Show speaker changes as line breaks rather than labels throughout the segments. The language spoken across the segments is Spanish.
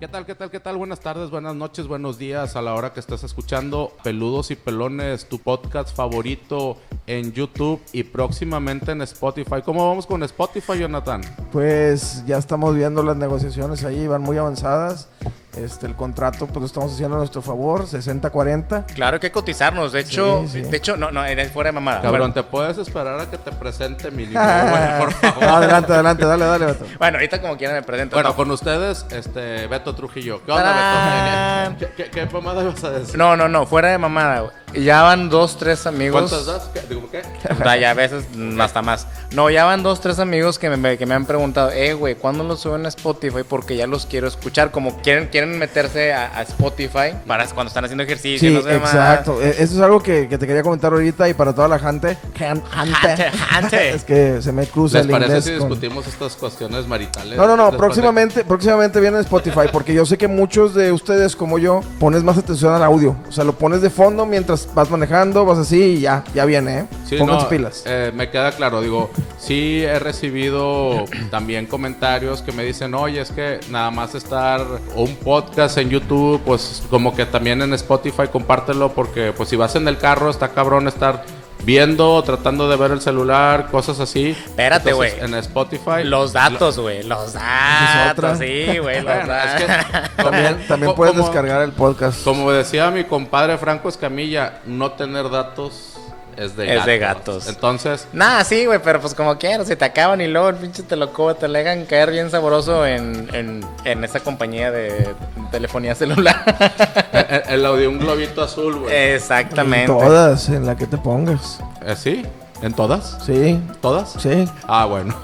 ¿Qué tal, qué tal, qué tal? Buenas tardes, buenas noches, buenos días a la hora que estás escuchando Peludos y Pelones, tu podcast favorito en YouTube y próximamente en Spotify. ¿Cómo vamos con Spotify, Jonathan?
Pues ya estamos viendo las negociaciones ahí, van muy avanzadas. Este, el contrato pues lo estamos haciendo a nuestro favor, 60-40.
Claro hay que cotizarnos, de hecho,
Sí, sí.
de hecho, no, no, era fuera de mamada.
Cabrón, ¿te puedes esperar a que te presente mi libro, güey, por favor?
adelante, adelante, dale, dale, vato.
Bueno, ahorita como quiera me presento.
Bueno,
No,
con ustedes, este, Beto Trujillo. ¿Qué onda,
¡Tarán!
Beto? ¿Qué, qué, qué pomada vas a decir?
no, no, no, fuera de mamada. güey. Ya van dos, tres amigos.
¿Cuántas das? ¿Qué- digo, ¿qué?
Da, ya a veces mm, hasta más. No, ya van dos, tres amigos que me, que me han preguntado, eh, güey, ¿cuándo los suben a Spotify? Porque ya los quiero escuchar. Como quieren, quieren meterse a, a Spotify para cuando están haciendo ejercicio.
Sí,
no sé, mamá.
exacto. E- Eso es algo que, que te quería comentar ahorita y para toda la gente. Gente,
Gente, gente.
es que se me cruza
¿Les
el
parece
inglés.
si
con-
discutimos estas cuestiones maritales?
No, no, no,
Después de-
próximamente, próximamente viene Spotify, porque yo sé que muchos de ustedes, como yo, pones más atención al audio. O sea, lo pones de fondo mientras vas manejando, vas así y ya, ya viene, ¿eh?
Sí,
Pónganse
no,
pilas.
eh, me queda claro, digo, sí he recibido también comentarios que me dicen, oye, es que nada más estar un podcast en YouTube, pues como que también en Spotify compártelo, porque pues si vas en el carro está cabrón estar viendo, tratando de ver el celular, cosas así.
Espérate,
Entonces,
güey.
En Spotify.
Los datos, güey, los
es otra.
datos. Sí, güey, los
Bueno, es
datos.
que
también
como-
también
co-
puedes
como-
descargar el podcast.
Como decía mi compadre Franco Escamilla, no tener datos es de
Es
gatos.
de gatos.
Entonces,
Nah, sí, güey, pero pues como quieras, se te acaban y luego el pinche te lo co- te le hagan caer bien sabroso en, en, en esa compañía de telefonía celular.
el, Eh, el- el audio un globito azul, güey.
Eh.
Exactamente.
Todas, en la que te pongas.
Eh, ¿Sí? ¿En todas?
Sí,
¿Todas?
sí.
Ah, bueno.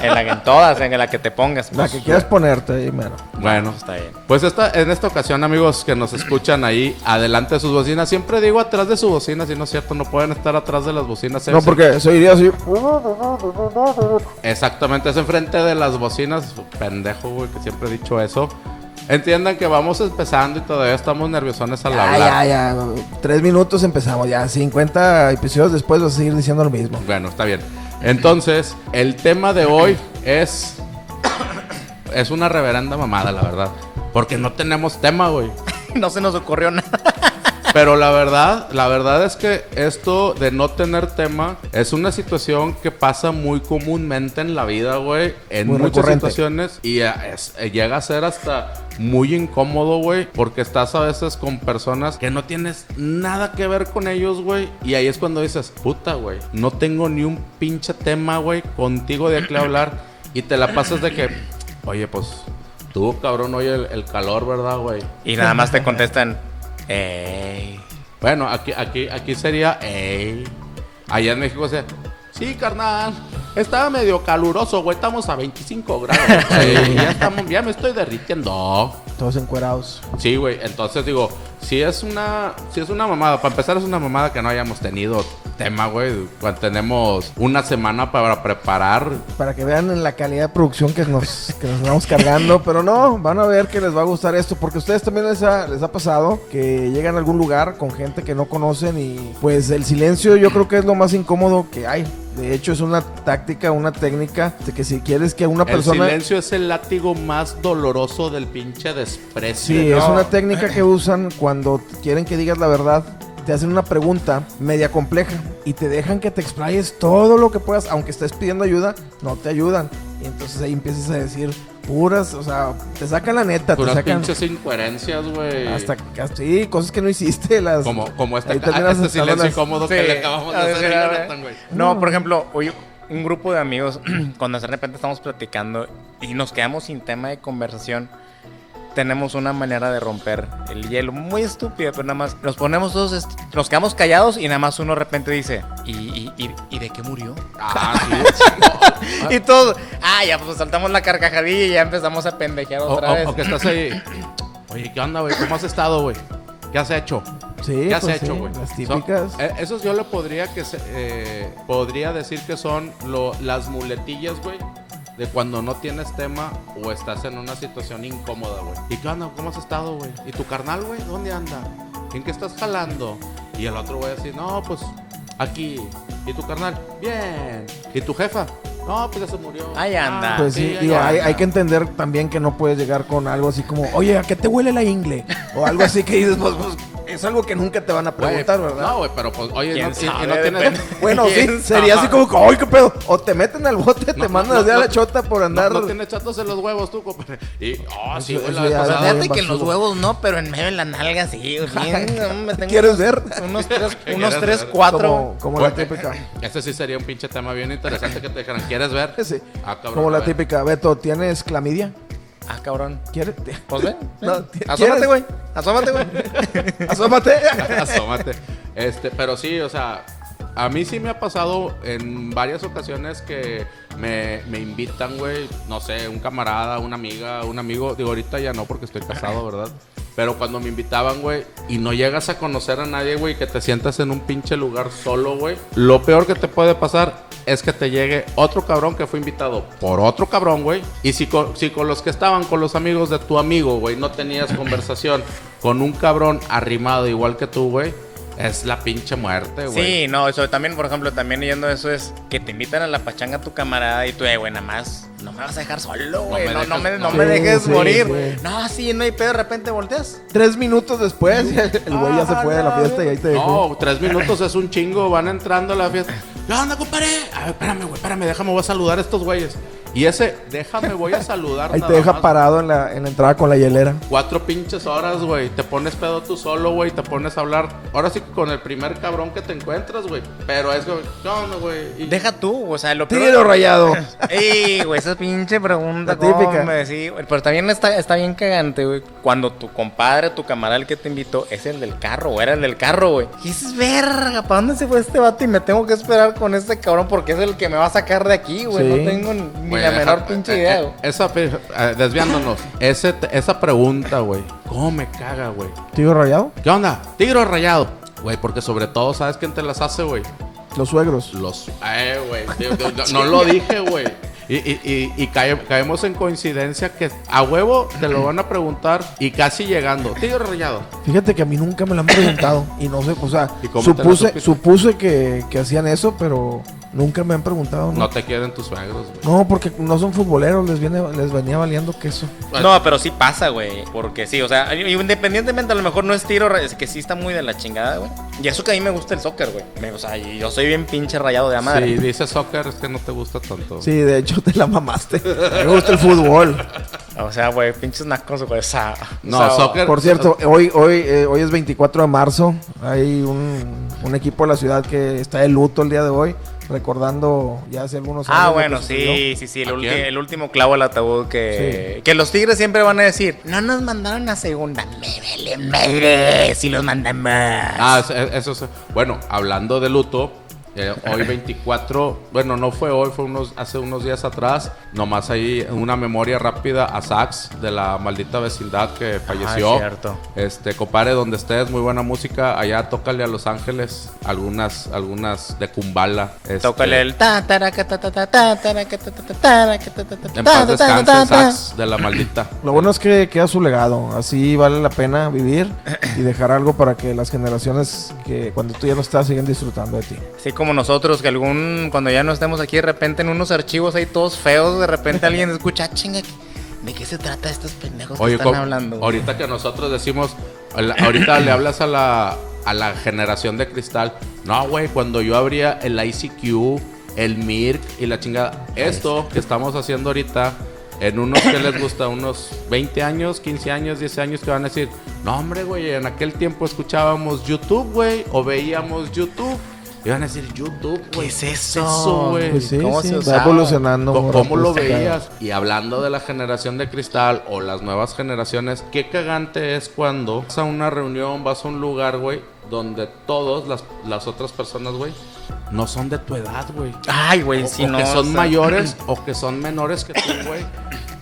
En la que en todas, en la que te pongas.
La
pues,
que quieras ponerte ahí, mero.
bueno.
Está bien.
Pues esta, en esta ocasión, amigos que nos escuchan ahí, adelante de sus bocinas. Siempre digo atrás de sus bocinas, si no es cierto, no pueden estar atrás de las bocinas.
No,
Es-
porque soy iría así.
Exactamente, es enfrente de las bocinas. Pendejo, güey, que siempre he dicho eso. Entiendan que vamos empezando y todavía estamos nerviosones al
Ya,
hablar.
ya, ya. Tres minutos empezamos, ya. 50 episodios después vas a seguir diciendo lo mismo.
Bueno, está bien. Entonces, el tema de hoy es. Es una reverenda mamada, la verdad. Porque no tenemos tema, güey.
No se nos ocurrió nada.
Pero la verdad, la verdad es que esto de no tener tema es una situación que pasa muy comúnmente en la vida, güey. En
Muy
muchas
recurrente.
situaciones. Y eh, es- eh, llega a ser hasta muy incómodo, güey. Porque estás a veces con personas que no tienes nada que ver con ellos, güey. Y ahí es cuando dices, puta, güey. No tengo ni un pinche tema, güey. Contigo de qué hablar. Y te la pasas de que, oye, pues... Tú, cabrón, oye el, el calor, ¿verdad, güey?
Y nada más te contestan. "Eh, Ey.
Bueno, aquí, aquí, aquí sería. "Ey". Allá en México se. Sí, carnal. Estaba medio caluroso, güey. Estamos a 25 grados. güey. ya, estamos, ya me estoy derritiendo.
Todos encuerados.
Sí, güey. Entonces digo, si es una. Si es una mamada. Para empezar, es una mamada que no hayamos tenido tema, güey. Cuando tenemos una semana para preparar.
Para que vean la calidad de producción que nos, que nos andamos cargando. Pero no, van a ver que les va a gustar esto. Porque a ustedes también les ha, les ha pasado que llegan a algún lugar con gente que no conocen. Y pues el silencio yo creo que es lo más incómodo que hay. De hecho, es una táctica, una técnica de que si quieres que una
El
persona.
silencio es el látigo más doloroso del pinche desprecio.
Sí,
¿no?
es una técnica que usan cuando quieren que digas la verdad. Te hacen una pregunta media compleja y te dejan que te explayes todo lo que puedas, aunque estés pidiendo ayuda, no te ayudan. Y entonces ahí empiezas a decir puras, o sea, te sacan la neta,
Puras
te sacan
pinches incoherencias, güey.
hasta así, cosas que no hiciste. Las,
Como, como esta-
ahí
ah,
terminas
este
estando
silencio
las-
incómodo que
Sí.
le acabamos de
A ver,
hacer
a
a
ver.
Jonathan, güey.
No, por ejemplo, hoy un grupo de amigos, cuando de repente estamos platicando y nos quedamos sin tema de conversación, tenemos una manera de romper el hielo muy estúpida, pero nada más nos ponemos todos, est- nos quedamos callados y nada más uno de repente dice, ¿y, y, y, y de qué murió?
Ah, sí.
Y todos, ah, ya pues nos saltamos la carcajadilla y ya empezamos a pendejear
O,
otra
o-
vez.
o que estás ahí. Oye, ¿qué onda, güey? ¿Cómo has estado, güey? ¿Qué has hecho?
Sí,
¿Qué has
pues
hecho,
sí,
güey?
Las
Son-
típicas.
eh, esos yo le podría que se- eh, podría decir que son lo- las muletillas, güey. De cuando no tienes tema o estás en una situación incómoda, güey. ¿Y qué onda? ¿Cómo has estado, güey? ¿Y tu carnal, güey? ¿Dónde anda? ¿En qué estás jalando? Y el otro güey así, no, pues aquí. ¿Y tu carnal? Bien. ¿Y tu jefa? No, pues ya se murió.
Ahí anda.
Pues sí,
ya,
digo,
ya,
hay,
ya.
hay que entender también que no puedes llegar con algo así como, oye, ¿a qué te huele la ingle? O algo así que dices, pues, pues, es algo que nunca te van a
Güey,
preguntar, ¿verdad?
No, güey, pero pues, oye,
¿Quién
no, y- y
sabe?
no tienes.
Depende.
Bueno, sí,
¿Quién
sería así
sabe?
como, que, ¡ay, qué pedo! O te meten al bote,
No,
te
no,
mandan
no,
así a
no,
la chota por
No,
andar.
No, tienes chatos en los huevos tú, compadre. Y, oh, sí,
Eso-
güey,
eso
la vez
ya-
pasada.
ya-
Fíjate que en los
basura.
huevos no, pero en medio de la nalga sí. Bien, no, me tengo
¿Quieres ver?
Unos tres, unos
¿Quieres
tres
ver?
cuatro.
Como, como
Güey,
la típica.
Ese sí sería un pinche tema bien interesante que te dijeran, ¿quieres ver?
Sí.
Ah, cabrón,
como
a
la
ver.
típica. Beto, ¿tienes clamidia?
Ah, cabrón.
¿Quieres?
Pues ven.
No,
ven.
¿quieres?
Asómate, güey. Asómate, güey.
Asómate.
Asómate. Este, pero sí, o sea, a mí sí me ha pasado en varias ocasiones que me, me invitan, güey, no sé, un camarada, una amiga, un amigo. Digo, ahorita ya no porque estoy casado, ¿verdad? Pero cuando me invitaban, güey, y no llegas a conocer a nadie, güey, que te sientas en un pinche lugar solo, güey. Lo peor que te puede pasar es que te llegue otro cabrón que fue invitado por otro cabrón, güey. Y si con, si con los que estaban, con los amigos de tu amigo, güey, no tenías conversación con un cabrón arrimado igual que tú, güey, es la pinche muerte, güey.
Sí, no, eso también, por ejemplo, también yendo eso es que te invitan a la pachanga a tu camarada y tú, eh, güey, nada más, no me vas a dejar solo, güey,
me
no, no
dejas-
me, no
no
me
me-
dejes
Sí, sí,
morir.
güey.
No, sí, no hay pedo, de repente volteas.
Tres minutos después, el güey ya se fue de la fiesta y ahí te dejó.
No, tres minutos es un chingo, van entrando a la fiesta. ¿Qué onda, compadre? A ver, espérame, güey, espérame, déjame, voy a saludar a estos güeyes. Y ese, déjame, voy a saludar.
Ahí te
nada
deja
más,
parado en la, en la entrada con la hielera.
Cuatro pinches horas, güey. Te pones pedo tú solo, güey. Te pones a hablar. Ahora sí que con el primer cabrón que te encuentras, güey. Pero es, güey, ¿qué onda, güey? Y-
Deja tú, o sea, lo peor-
Tiro rayado.
Ey, güey, esa pinche pregunta
La típica.
¿cómo me decís? Pero también está, está bien cagante, güey. Cuando tu compadre, tu camarada, el que te invitó, es el del carro, o era el del carro, güey. Y dices, verga, ¿para dónde se fue este vato? Y me tengo que esperar con este cabrón porque es el que me va a sacar de aquí, güey.
Sí.
No tengo ni
Güey,
la
deja-
menor pinche
eh,
idea,
eh,
güey.
Esa, pe- eh, desviándonos. Ese te- esa pregunta, güey. ¿Cómo me caga, güey?
¿Tiro rayado?
¿Qué onda? Tigro rayado. Güey, porque sobre todo, ¿sabes quién te las hace, güey?
Los suegros.
Los. Eh, güey. tío, tío, no- no lo dije, güey. Y, y- y- y cae- caemos en coincidencia que a huevo te lo van a preguntar y casi llegando. Tigro rayado.
Fíjate que a mí nunca me lo han preguntado. y no sé, o sea,
¿Y cómo te la
supuse,
supiste?
supuse que, que hacían eso, pero nunca me han preguntado.
No
No,
te quieren tus suegros, güey.
no porque no son futboleros, les, viene, les venía valiendo queso.
No, pero sí pasa, güey. Porque sí, o sea, y- independientemente, a lo mejor no es tiro, es que sí está muy de la chingada, güey. Y eso que a mí me gusta el soccer, güey. Me- O sea, y yo soy bien pinche rayado de la madre.
Si dices soccer es que no te gusta tanto.
Sí, de hecho te la mamaste. Me gusta el fútbol.
O sea, güey, pinches nacos, güey. O sea,
No,
o sea,
soccer.
Por cierto, hoy, hoy, eh, hoy es 24 de marzo. Hay un, un equipo de la ciudad que está de luto el día de hoy, recordando ya hace algunos años.
Ah,
lo que
bueno,
sucedió.
sí, sí, sí, el,
¿A
ulti-
quién?
el último clavo al ataúd que,
Sí.
que los tigres siempre van a decir, no nos mandaron a segunda, me vale madre si los mandan más.
Ah, es- es- eso es- Bueno, hablando de luto, eh, hoy 24, bueno, no fue hoy, fue unos, hace unos días atrás, nomás ahí una memoria rápida a Sax de la maldita vecindad
Ah,
que falleció.
cierto.
Este, compadre, donde estés, muy buena música, allá tócale a Los Ángeles, algunas, algunas de Kumbala. este,
Tócale el ta, taraca, ta, ta, ta, ta, taraca, ta, ta, ta, taraca, ta, ta, ta, ta,
En paz
ta, ta, ta,
descanse,
ta.
Sax de la maldita.
Lo bueno es que queda su legado. Así vale la pena vivir y dejar algo para que las generaciones que cuando tú ya no estás siguen disfrutando de ti.
Así como nosotros, que algún, cuando ya no estemos aquí, de repente en unos archivos ahí todos feos, de repente alguien escucha, "Ah, chinga, ¿de qué se trata estos pendejos que
Oye,
están
¿cómo-
hablando? güey?"
ahorita que nosotros decimos, a la- ahorita le hablas a la, a la generación de cristal. No, güey, cuando yo abría el ICQ, el MIRC y la chingada. Esto que estamos haciendo ahorita, en unos que les gusta, unos 20 años, 15 años, 10 años, que van a decir, no, hombre, güey, en aquel tiempo escuchábamos YouTube, güey, o veíamos YouTube. Y van a decir, YouTube, güey.
¿Qué es eso?
güey?
Pues sí,
¿Cómo
sí,
se
va
usaba?
evolucionando. Este,
Co- ¿Cómo lo
rápido.
veías? Y hablando de la generación de cristal o las nuevas generaciones, qué cagante es cuando vas a una reunión, vas a un lugar, güey, donde todas las, las otras personas, güey, no son de tu edad, güey.
Ay, güey,
O,
si
o
no.
que
o
son
sea-
mayores o que son menores que tú, güey.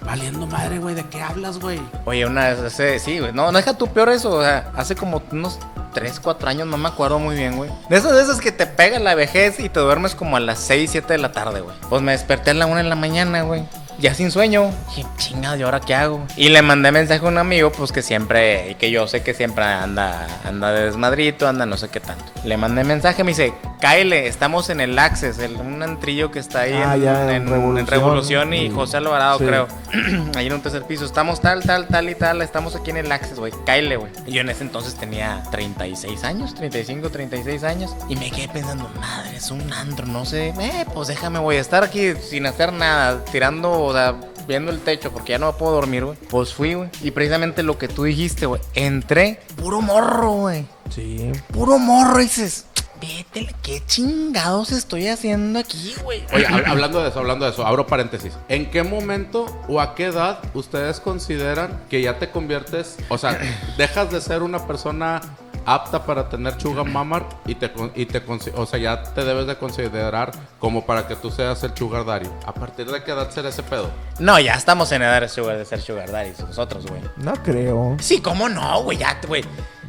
Valiendo madre, güey, ¿de qué hablas, güey?
Oye, una vez, hace- sí, güey. No, no deja tú peor eso. O sea, hace como unos 3, 4 años, no me acuerdo muy bien, güey. De esas veces que te pega la vejez y te duermes como a las 6, 7 de la tarde, güey. Pues me desperté a la 1 de la mañana, güey. Ya sin sueño. Dije, chingado, ¿y ahora qué hago? Y le mandé mensaje a un amigo, pues que siempre, y que yo sé que siempre anda, anda de desmadrito, anda no sé qué tanto. Le mandé mensaje, me dice, Cáele, estamos en el Access, el- un antrillo que está ahí
Ah,
en,
ya, en
en- en Revolución.
Revolución.
y
Mm.
José Alvarado,
Sí.
creo. ahí en un tercer piso. Estamos tal, tal, tal y tal, estamos aquí en el Access, güey. Cáele, güey. Y Yo en ese entonces tenía 36 años, 35, 36 años. Y me quedé pensando, madre, es un antro, no sé. Eh, pues déjame, voy a estar aquí sin hacer nada, tirando, o sea, viendo el techo porque ya no puedo dormir, güey. Pues fui, güey. Y precisamente lo que tú dijiste, güey. Entré, puro morro, güey
Sí.
puro morro y dices, vete, ¿qué chingados estoy haciendo aquí, güey?
Oye, hab- hablando de eso, hablando de eso, abro paréntesis. ¿En qué momento o a qué edad ustedes consideran que ya te conviertes, o sea, dejas de ser una persona apta para tener chuga mamar y te con- y te consi- o sea, ya te debes de considerar como para que tú seas el sugar daddy? ¿A partir de qué edad será ese pedo?
No, ya estamos en edad de sugar, de ser sugar daddy, nosotros, güey.
No creo.
Sí, ¿cómo no, güey? Ya, güey.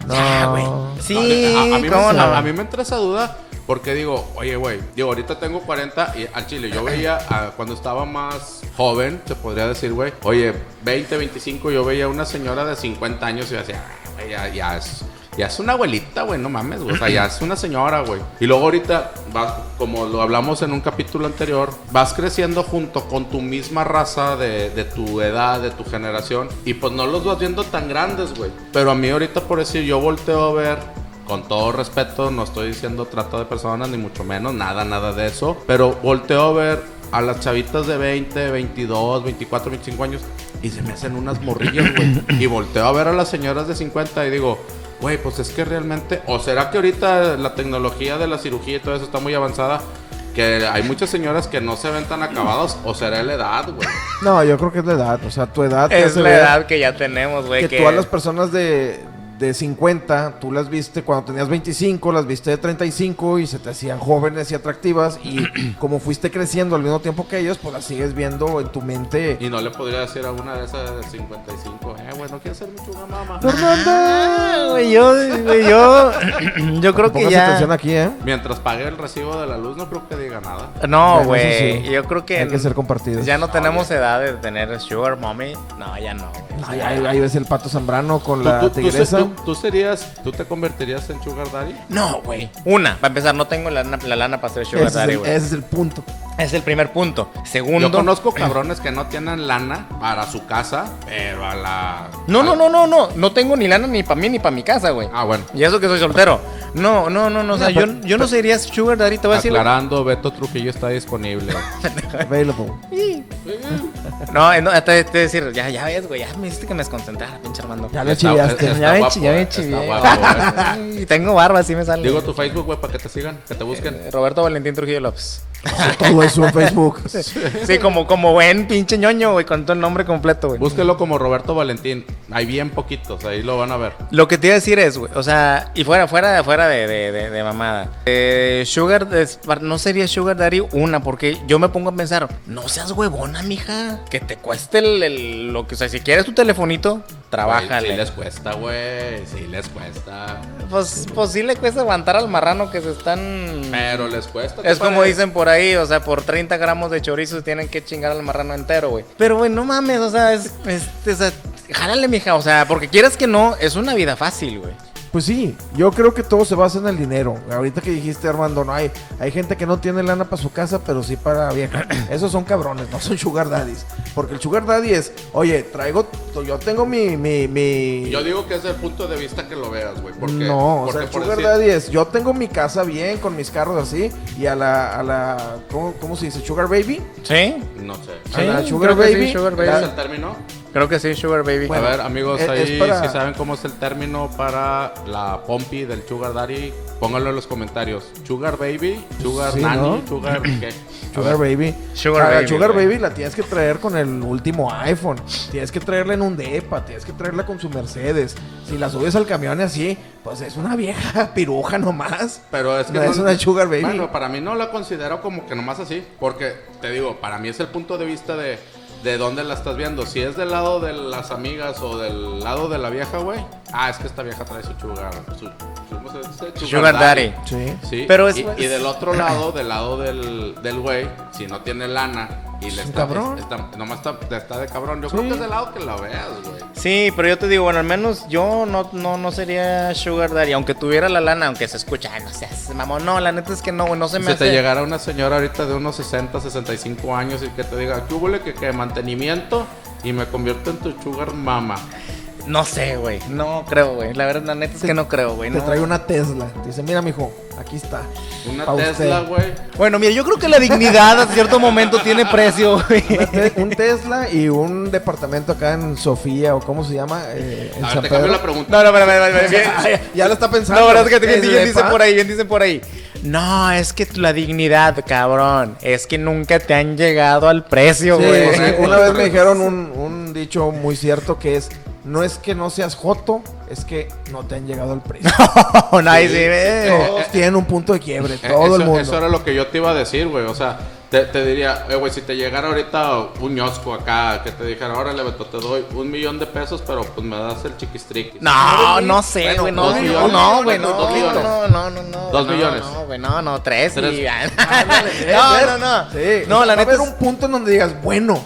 Ya,
No.
güey.
A- a- a,
Sí,
mí
¿cómo
me,
no?
a- a mí me entra esa duda porque digo, oye, güey, digo, ahorita tengo 40 y al chile, yo veía a- cuando estaba más joven, se podría decir, güey, oye, 20, 25, yo veía a una señora de 50 años y yo decía, "Ah, güey, ya, ya es. Ya es una abuelita, güey, no mames, güey. O sea, ya es una señora, güey. Y luego ahorita, vas, como lo hablamos en un capítulo anterior, vas creciendo junto con tu misma raza de, de tu edad, de tu generación. Y pues no los vas viendo tan grandes, güey. Pero a mí ahorita, por decir, yo volteo a ver con todo respeto, no estoy diciendo trata de personas, ni mucho menos, nada, nada de eso. Pero volteo a ver a las chavitas de 20, 22, 24, 25 años y se me hacen unas morrillas, güey. Y volteo a ver a las señoras de 50 y digo, güey, pues es que realmente, o será que ahorita la tecnología de la cirugía y todo eso está muy avanzada, que hay muchas señoras que no se ven tan acabados, o será la edad, güey.
No, yo creo que es la edad. O sea, tu edad. te
Es
hace
la
ver
edad que ya tenemos, güey.
Que, tú a las personas de, de 50, tú las viste cuando tenías 25, las viste de 35 y se te hacían jóvenes y atractivas. Y como fuiste creciendo al mismo tiempo que ellos, pues las sigues viendo en tu mente.
Y no le podría decir a una de esas de 55, eh, güey, no quiero ser mucho una mamá.
Ah, güey, yo, güey, yo, yo creo que
Pongas
ya.
atención aquí, ¿eh?
Mientras pague el recibo de la luz, no creo que diga nada.
No,
Bueno, eso
güey.
sí.
Yo creo que.
Hay que ser compartidos.
Ya no tenemos edad de tener sugar mommy. No, ya no, güey.
Ay, ay, ahí ves el pato Zambrano con
¿Tú,
la
tú- tú se-
tigresa.
tú- tú serías, tú te convertirías en Sugar Daddy?
No, güey. Una, para empezar, no tengo la, lana- la lana para hacer
Ese
sugar
es,
daddy,
el,
güey.
ese es el punto.
Es el primer punto. Segundo.
Yo conozco cabrones que no tienen lana para su casa, pero a la.
No, no,
al-
no, no, no. No tengo ni lana ni para mí ni para mi casa, güey.
Ah, bueno.
Y eso que soy soltero. No, no, no, no. O sea,
No,
yo,
pero-
yo no sería sugar daddy. Te voy a decir.
Aclarando, Beto Trujillo está disponible.
Available.
No, eh, no, te, te voy a decir, ya, ya ves, güey. Ya me hiciste que me desconcentrara, pinche Armando.
Ya lo
Está-
chiviaste.
está
Ya me
guapo,
chi- ya
eh,
me
está
chivié.
guapo, eh.
Ay, tengo barba, así me sale.
Digo tu Facebook, güey, para que te sigan, que te busquen.
Eh, Roberto Valentín Trujillo López.
Todo eso en Facebook.
Sí, como, como buen pinche ñoño, güey, con todo el nombre completo, güey.
Búsquelo como Roberto Valentín. Hay bien poquitos, ahí lo van a ver.
Lo que te iba a decir es, güey, o sea, y fuera, fuera, fuera de, de, de- de mamada. Eh, sugar, es- par- no sería Sugar Daddy una, porque yo me pongo a pensar, no seas huevona, mija. Que te cueste el, el- lo que, o sea, si quieres tu telefonito,
Güey, Sí
trabájale.
les cuesta, güey. Sí les cuesta.
Pues, pues sí le cuesta aguantar al marrano que se están...
Pero les cuesta.
Es como
compadre.
dicen por ahí, o sea, por 30 gramos de chorizo tienen que chingar al marrano entero, güey. Pero, güey, no mames, o sea, es, es- o sea, jálale, mija, o sea, porque quieras que no, es una vida fácil, güey.
Pues sí, yo creo que todo se basa en el dinero. Ahorita que dijiste, Armando, no hay, hay gente que no tiene lana para su casa, pero sí para vieja. Esos son cabrones, no son sugar daddies. Porque el sugar daddy es, oye, traigo, yo tengo mi, mi, mi...
Yo digo que es el punto de vista que lo veas, güey. Porque,
no, o
porque
sea, el
por
sugar
decir-
daddy es, yo tengo mi casa bien, con mis carros así, y a la, a la, ¿cómo, cómo se dice? Sugar baby.
¿Sí?
No sé.
A
Sí,
la
creo
sugar
que sí,
baby.
sugar baby.
¿Cuál es
la-
el término?
Creo que sí, Sugar Baby.
Bueno,
a ver, amigos,
es-
ahí
es para-
si saben cómo es el término para la pompi del Sugar Daddy, pónganlo en los comentarios. Sugar Baby, Sugar
Sí,
Nanny,
¿no?
Sugar ¿qué?
Sugar Baby.
Sugar
A la
Baby,
Sugar
güey.
Baby la tienes que traer con el último iPhone. Tienes que traerla en un DEPA. Tienes que traerla con su Mercedes. Si la subes al camión y así, pues es una vieja piruja nomás.
Pero es que
No, es una sugar baby.
Bueno, para mí no la considero como que nomás así, porque te digo, para mí es el punto de vista de de dónde la estás viendo. Si es del lado de las amigas o del lado de la vieja, güey. Ah, es que esta vieja trae su sugar, su, su- ¿cómo se dice?
Sugar Daddy.
Sí.
Sí,
Pero es- pues-
y, y del otro lado, del lado del del güey, si no tiene lana Y le
Es un
está,
cabrón.
es- está- nomás está, está de cabrón. Yo
Sí.
creo que es de lado que la veas, güey.
Sí, pero yo te digo, bueno, al menos yo no, no, no sería Sugar Daddy, aunque tuviera la lana, aunque se escucha, "Ay, no seas mamón, no, la neta es que no, güey, no se me
Si
hace.
te llegara una señora ahorita de unos 60, 65 años y que te diga, ¿qué huele que, que mantenimiento? Y me convierto en tu sugar mama.
No sé, güey, no creo, güey, la verdad, la neta es que no creo, güey.
Te
no.
trae una Tesla. Te dice, mira, mijo, aquí está.
Una
Pa'
Tesla,
usted".
güey.
Bueno, mira, yo creo que la dignidad a cierto momento tiene precio, güey.
Una te- un Tesla y un departamento acá en Sofía o cómo se llama. Eh, en
A ver,
San
te cambio
Pedro.
la pregunta.
No, no, pero, pero, pero, bien-
ya lo está pensando.
No, verdad es que bien,
Es
bien dicen
lepa.
por ahí, bien dicen por ahí. No, es que la dignidad, cabrón, es que nunca te han llegado al precio,
Sí,
güey.
sí, una vez me dijeron un, un dicho muy cierto que es, no es que no seas joto, es que no te han llegado al precio.
No, no, ahí sí, eh.
Todos tienen un punto de quiebre,
Eh,
todo
eso,
el mundo.
eso era lo que yo te iba a decir, güey. O sea, te, te diría, eh, güey, si te llegara ahorita un ñosco acá, que te dijera, órale, Beto, te doy un millón de pesos, pero pues me das el chiquistriqui.
No, no sé, güey, no,
dos
no,
millones,
no, güey, no,
dos millones.
no, no, no, no.
Dos
no,
millones.
No, güey, no, no, tres.
Tres. Ah,
y-
Eh, ver,
No, no, no.
sí,
No, la
va a
neta
haber un punto en donde digas, bueno,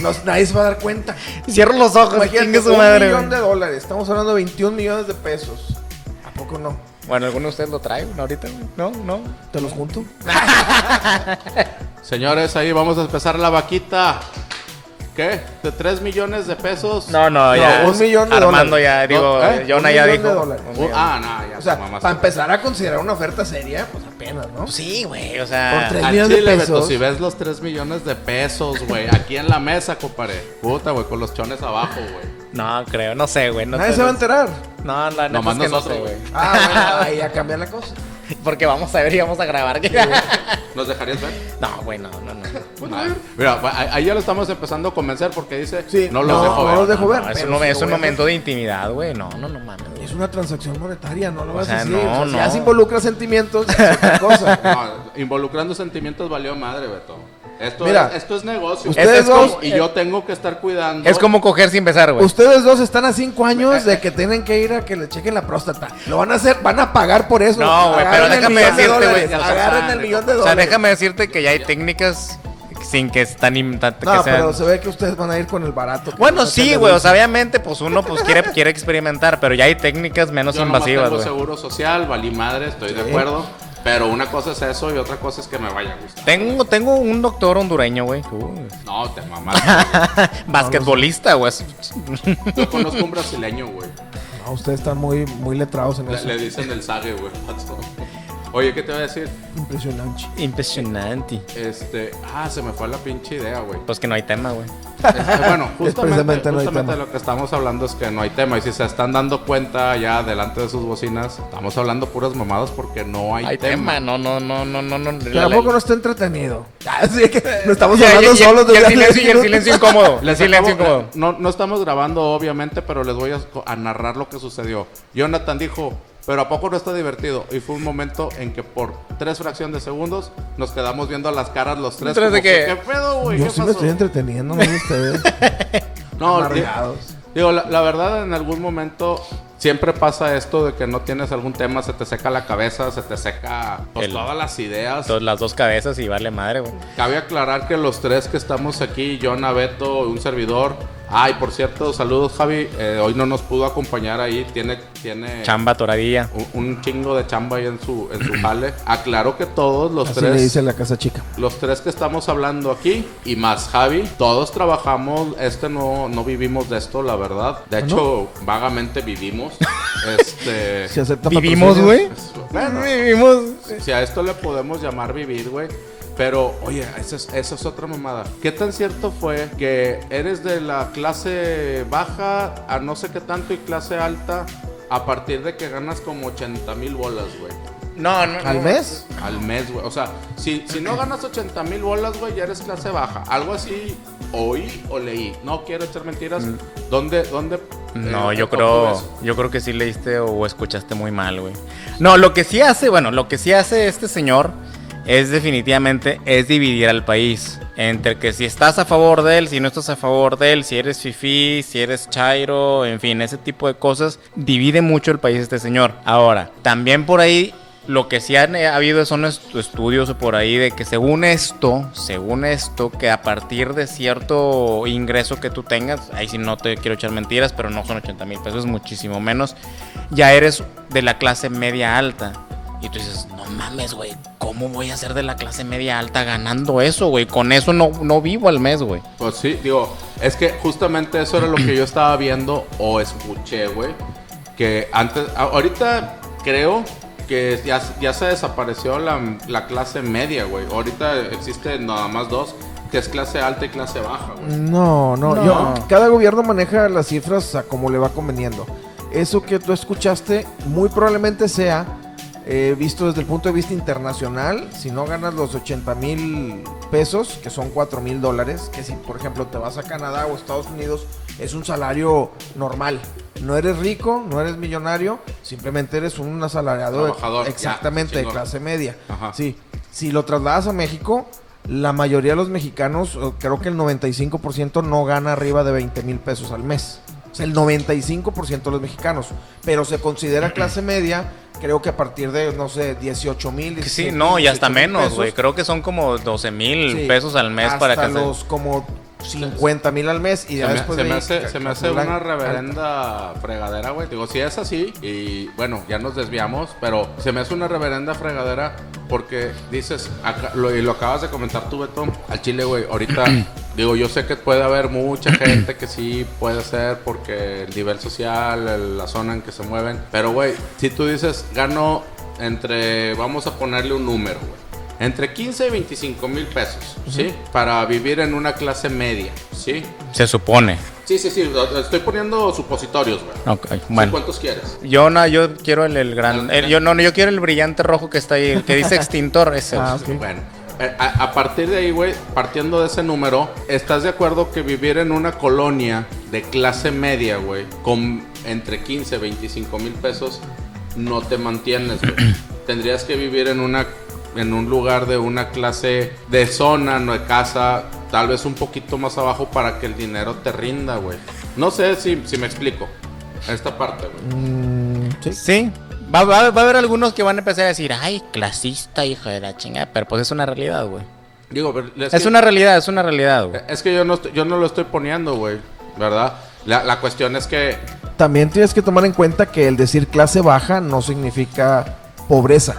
no, nadie se va a dar cuenta.
es- Cierro los ojos,
Imagínate
chingue
un
su madre.
millón de
güey.
dólares, estamos hablando de 21 millones de pesos. ¿A poco no?
Bueno, alguno de ustedes lo trae, güey, ahorita, güey. No, no. Eh,
¿Te los junto?
Señores, ahí vamos a empezar la vaquita. ¿Qué? ¿De 3 millones de pesos?
No, no,
No,
ya.
un millón de
Armando
dólares.
ya, digo,
No, ¿eh?
Jonah
Ah, Un
ya
millón de
dijo.
dólares.
un
Uh,
millón.
ah, no, ya.
O sea,
mamaste.
para empezar a considerar una oferta seria, pues apenas, ¿no?
Sí, güey, o sea.
Por tres.
Al
millones de
chile, Beto,
pesos.
si ves los 3 millones de pesos, güey, aquí en la mesa, compadre. Puta, güey, con los chones abajo, güey.
No, creo, no sé, güey. No
nadie
sé,
se va a
no
enterar.
sé. No, la neta
Nomás
es que no
nosotros,
sé, güey.
Ah, bueno, ahí a cambiar la cosa.
Porque vamos a ver y vamos a grabar. que-
¿Nos dejarías ver?
no, güey, no, no, no.
Ah, Mira, pues, ahí ahí ya lo estamos empezando a convencer porque dice,
Sí,
no los
no,
dejo
no
ver.
los dejo ver.
No, es
pero
un,
sí,
es un
güey.
momento de intimidad, güey. No, no, no mames. güey.
Es una transacción monetaria, no lo
O
vas
sea,
a decir.
no,
O sea,
no.
Si ya se involucra sentimientos, ya es otra cosa.
No, involucrando sentimientos valió madre, Beto. Esto,
Mira,
es, esto es negocio.
ustedes
Esto es
dos- eh,
como- y yo tengo que estar cuidando.
Es como coger sin besar, güey.
Ustedes dos están a cinco años de que tienen que ir a que le chequen la próstata. Lo van a hacer, van a pagar por eso.
No, güey, pero
Agarren el
déjame
millón de
decirte, güey.
dólares, Agarren el millón de
O
dólares.
sea, déjame decirte que ya hay técnicas sin que están. im- tan- que
No,
sean-
pero se ve que ustedes van a ir con el barato. que
Bueno,
les sacan
sí,
de
güey. O
dulce.
sea, obviamente, pues uno pues quiere, quiere experimentar, pero ya hay técnicas menos
yo nomás
invasivas,
tengo
güey.
seguro social, valí madre, estoy de
Sí.
acuerdo. Pero una cosa es eso y otra cosa es que me vaya a gustar.
Tengo, tengo un doctor hondureño, güey. Uy.
No, te mamaste.
Basquetbolista, güey.
güey. Yo conozco un brasileño, güey.
No, ustedes están muy, muy letrados en
Le,
eso.
le dicen el sague, güey. vato. Oye, ¿qué te voy a decir?
Impresionante.
Impresionante.
Este, ah, se me fue la pinche idea, güey.
Pues que no hay tema, güey.
Este, bueno, justamente,
precisamente no hay
justamente
tema.
lo que estamos hablando es que no hay tema. Y si se están dando cuenta ya delante de sus bocinas, estamos hablando puras mamadas porque no hay,
Hay
tema.
tema, no, no, no, no, no, no. La- la-
Tampoco no está entretenido. Así que no estamos
Y- y-
hablando
y-
solos
y el
desde hace
silencio, y el
minutos.
silencio incómodo. El
Les
silencio
acabo-
incómodo.
no, no estamos grabando, obviamente, pero les voy a, a narrar lo que sucedió. Jonathan dijo, pero ¿a poco no está divertido? Y fue un momento en que por tres fracciones de segundos nos quedamos viendo las caras los tres.
¿Tres de
como
qué?
¿Qué pedo, güey?
Yo
¿Qué
sí me
pasó?"
estoy entreteniendo, no ustedes.
No,
Amargados.
Digo, la, la verdad, en algún momento siempre pasa esto de que no tienes algún tema, se te seca la cabeza, se te seca pues,
El-
todas las ideas.
Entonces, las dos cabezas y vale madre, güey.
Cabe aclarar que los tres que estamos aquí, John, Beto, un servidor. Ay, por cierto, saludos, Javi. eh, hoy no nos pudo acompañar ahí, tiene, tiene
Chamba toradilla.
un, un chingo de chamba ahí en su, en su jale. Aclaro que todos los
Así le
tres
dice la casa chica.
los tres que estamos hablando aquí y más Javi, todos trabajamos, este no, no vivimos de esto, la verdad. De hecho, vagamente vivimos. este.
Si acepta
¿Vivimos,
patrocinios.
güey?
bueno,
Vivimos.
si a esto le podemos llamar vivir, güey. Pero, oye, eso es, eso es otra mamada. ¿Qué tan cierto fue que eres de la clase baja a no sé qué tanto y clase alta a partir de que ganas como 80 mil bolas, güey?
No, no.
¿Al
no.
mes?
Al mes, güey. O sea, si, si no ganas 80 mil bolas, güey, ya eres clase baja. Algo así oí o leí. No quiero echar mentiras. ¿Dónde, dónde?
Mm. No,
eh,
yo
obtuve
creo,
eso?
yo creo que sí leíste o escuchaste muy mal, güey. No, lo que sí hace, bueno, lo que sí hace este señor es definitivamente es dividir al país entre que si estás a favor de él, si no estás a favor de él, si eres fifi, si eres chairo, en fin, ese tipo de cosas divide mucho el país este señor. Ahora, también por ahí Lo que sí han eh, habido son est- estudios por ahí de que según esto, según esto, que a partir de cierto ingreso que tú tengas, ahí sí no te quiero echar mentiras, pero no son 80 mil pesos, es muchísimo menos, ya eres de la clase media alta. Y tú dices, no mames, güey, ¿cómo voy a ser de la clase media alta ganando eso, güey? Con eso no, no vivo al mes, güey.
Pues sí, digo, es que justamente eso era lo que yo estaba viendo o escuché, güey. Que antes, a- ahorita creo que ya, ya se desapareció la, la clase media, güey. Ahorita existen nada más dos, que es clase alta y clase baja, güey.
No, no,
No.
yo- cada gobierno maneja las cifras a como le va conveniendo. Eso que tú escuchaste muy probablemente sea eh, visto desde el punto de vista internacional. Si no ganas los 80 mil pesos, que son 4 mil dólares, que si por ejemplo te vas a Canadá o Estados Unidos, es un salario normal. No eres rico, no eres millonario, simplemente eres un asalariado de-
Trabajador, ya,
exactamente de
chingón.
clase media.
Ajá.
Sí, si lo trasladas a México, la mayoría de los mexicanos, o creo que el 95% no gana arriba de 20 mil pesos al mes. O sea, el 95% de los mexicanos. Pero se considera clase media, creo que a partir de, no sé, 18 mil.
Que sí, no, y hasta menos, güey. Creo que son como 12 mil pesos al mes para que...
Hasta
se-
los como 50 mil al mes y
Se
ya
me,
después
se
de
me
ahí,
hace,
ca-
se me
ca-
hace
blanca,
una
alta.
reverenda fregadera, güey. Digo, si es así, y bueno, ya nos desviamos, pero se me hace una reverenda fregadera porque dices, acá- lo, y lo acabas de comentar tú, Beto, al chile, güey. Ahorita, digo, yo sé que puede haber mucha gente que sí puede ser porque el nivel social, el- la zona en que se mueven, pero, güey, si tú dices, gano entre, vamos a ponerle un número, güey. Entre 15 y 25 mil pesos, ¿sí? Para vivir en una clase media, ¿sí?
Se supone.
Sí, sí, sí. o- Estoy poniendo supositorios, güey.
Ok,
Sí,
bueno.
¿Cuántos quieres?
Yo no, yo quiero el, el gran.
Ah,
el- yo no, no, yo quiero el brillante rojo que está ahí, el que dice extintor, ese.
Ah,
güey.
ok.
Bueno. eh, A, a partir de ahí, güey, partiendo de ese número, ¿estás de acuerdo que vivir en una colonia de clase media, güey, con entre 15 y 25 mil pesos, no te mantienes, güey? Tendrías que vivir en una en un lugar de una clase de zona, no de casa, tal vez un poquito más abajo para que el dinero te rinda, güey. No sé si, si me explico esta parte, güey.
Mm, sí.
Sí. Va, va- va a haber algunos que van a empezar a decir, ay, clasista, hijo de la chingada. Pero pues es una realidad, güey.
Digo, pero es
Es
que-
una realidad, es una realidad, güey.
Es que yo no, estoy- yo no lo estoy poniendo, güey. ¿Verdad? La, la cuestión es que.
también tienes que tomar en cuenta que el decir clase baja no significa pobreza.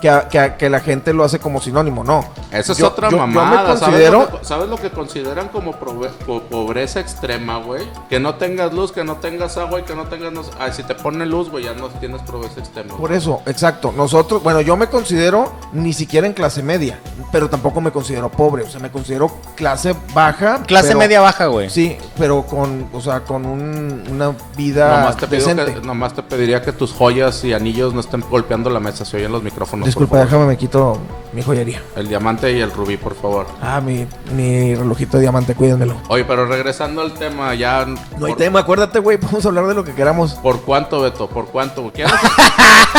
Que, a- que, a- que la gente lo hace como sinónimo, no.
Esa es
Yo-
otra
yo- yo me
mamada.
considero-
¿Sabes, lo que, sabes lo que consideran como prove- po- pobreza extrema, güey? Que no tengas luz, que no tengas agua y que no tengas. No, sé- ay, si te pone luz, güey, ya no tienes pobreza extrema.
Por eso, exacto. Nosotros, bueno, yo me considero ni siquiera en clase media, pero tampoco me considero pobre. O sea, me considero clase baja. Eh,
Clase
pero-
media baja, güey.
Sí, pero con, o sea, con un- una vida
Nomás te, pido
decente.
que- nomás te pediría que tus joyas y anillos no estén golpeando la mesa. Se oyen los micrófonos. por
Disculpa,
favor.
déjame, me quito mi joyería.
El diamante y el rubí, por favor.
Ah, mi, mi relojito de diamante, cuídenmelo.
Oye, pero regresando al tema, ya.
No hay
por-
tema, acuérdate, güey, vamos a hablar de lo que queramos.
¿Por cuánto, Beto? ¿Por cuánto? ¿Quieres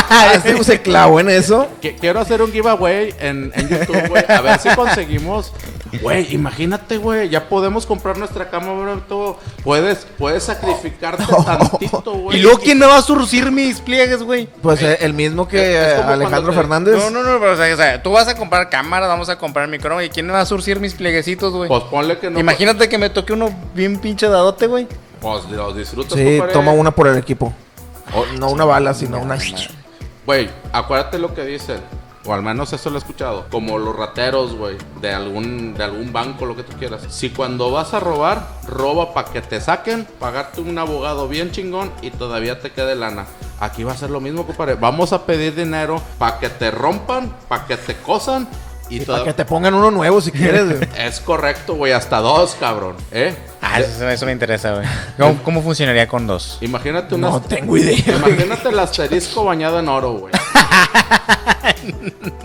Ah, este se clavó en eso.
Que- Quiero hacer un giveaway en, en YouTube, güey. A ver si conseguimos. Güey, imagínate, güey. Ya podemos comprar nuestra cama, bro. Tú puedes, puedes sacrificarte tantito, güey.
Y luego, ¿quién me va a surcir mis pliegues, güey?
Pues eh, el mismo que
Es- es como
Alejandro
cuando te-
Fernández.
No, no, no, pero o sea, o sea, tú vas a comprar cámaras, vamos a comprar micrófono. ¿Y quién me va a surcir mis plieguecitos, güey?
Pues ponle que no.
Imagínate que me toque uno bien pinche dadote, güey.
Pues los disfrutas,
Sí,
compadre.
toma una por el equipo.
O-
No una bala, sino una.
Güey, acuérdate lo que dicen. O al menos eso lo he escuchado. Como los rateros, güey. De algún, de algún banco, lo que tú quieras. Si cuando vas a robar, roba para que te saquen, pagarte un abogado bien chingón y todavía te quede lana. Aquí va a ser lo mismo, compadre. Vamos a pedir dinero para que te rompan, para que te cosan y,
Y para
todo.
que te pongan uno nuevo si quieres. güey.
Es correcto, güey. Hasta dos, cabrón. ¿Eh?
Ah, eso, eso me interesa, güey. ¿Cómo, cómo funcionaría con dos?
Imagínate unas.
No tengo idea.
Imagínate el asterisco bañado en oro, güey.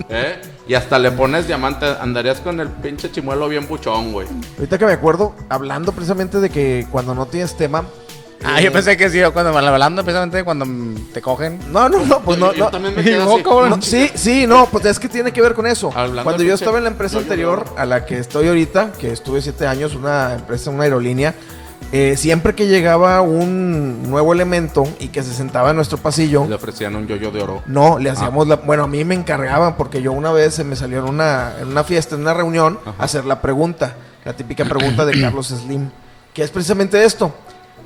¿Eh? Y hasta le pones diamante, andarías con el pinche chimuelo bien buchón, güey.
Ahorita que me acuerdo, hablando precisamente de que cuando no tienes tema.
Ah,
eh,
yo pensé que sí, yo cuando hablando precisamente cuando mm, te cogen.
No, no, no, pues no.
Yo
no.
también me quedo
No,
así.
cabrón. No, sí, sí, no, pues es que tiene que ver con eso.
Hablando
Cuando
de
yo
pinche-
estaba en la empresa
no, yo
anterior
no.
a la que estoy ahorita, que estuve siete años, una empresa, una aerolínea, eh, siempre que llegaba un nuevo elemento y que se sentaba en nuestro pasillo,
Le Ah. ofrecían un yoyo de oro.
no, le hacíamos la... Bueno, a mí me encargaban porque yo una vez se me salió en una, en una fiesta, en una reunión,
Ajá.
hacer la pregunta, la típica pregunta de Carlos Slim, que es precisamente esto.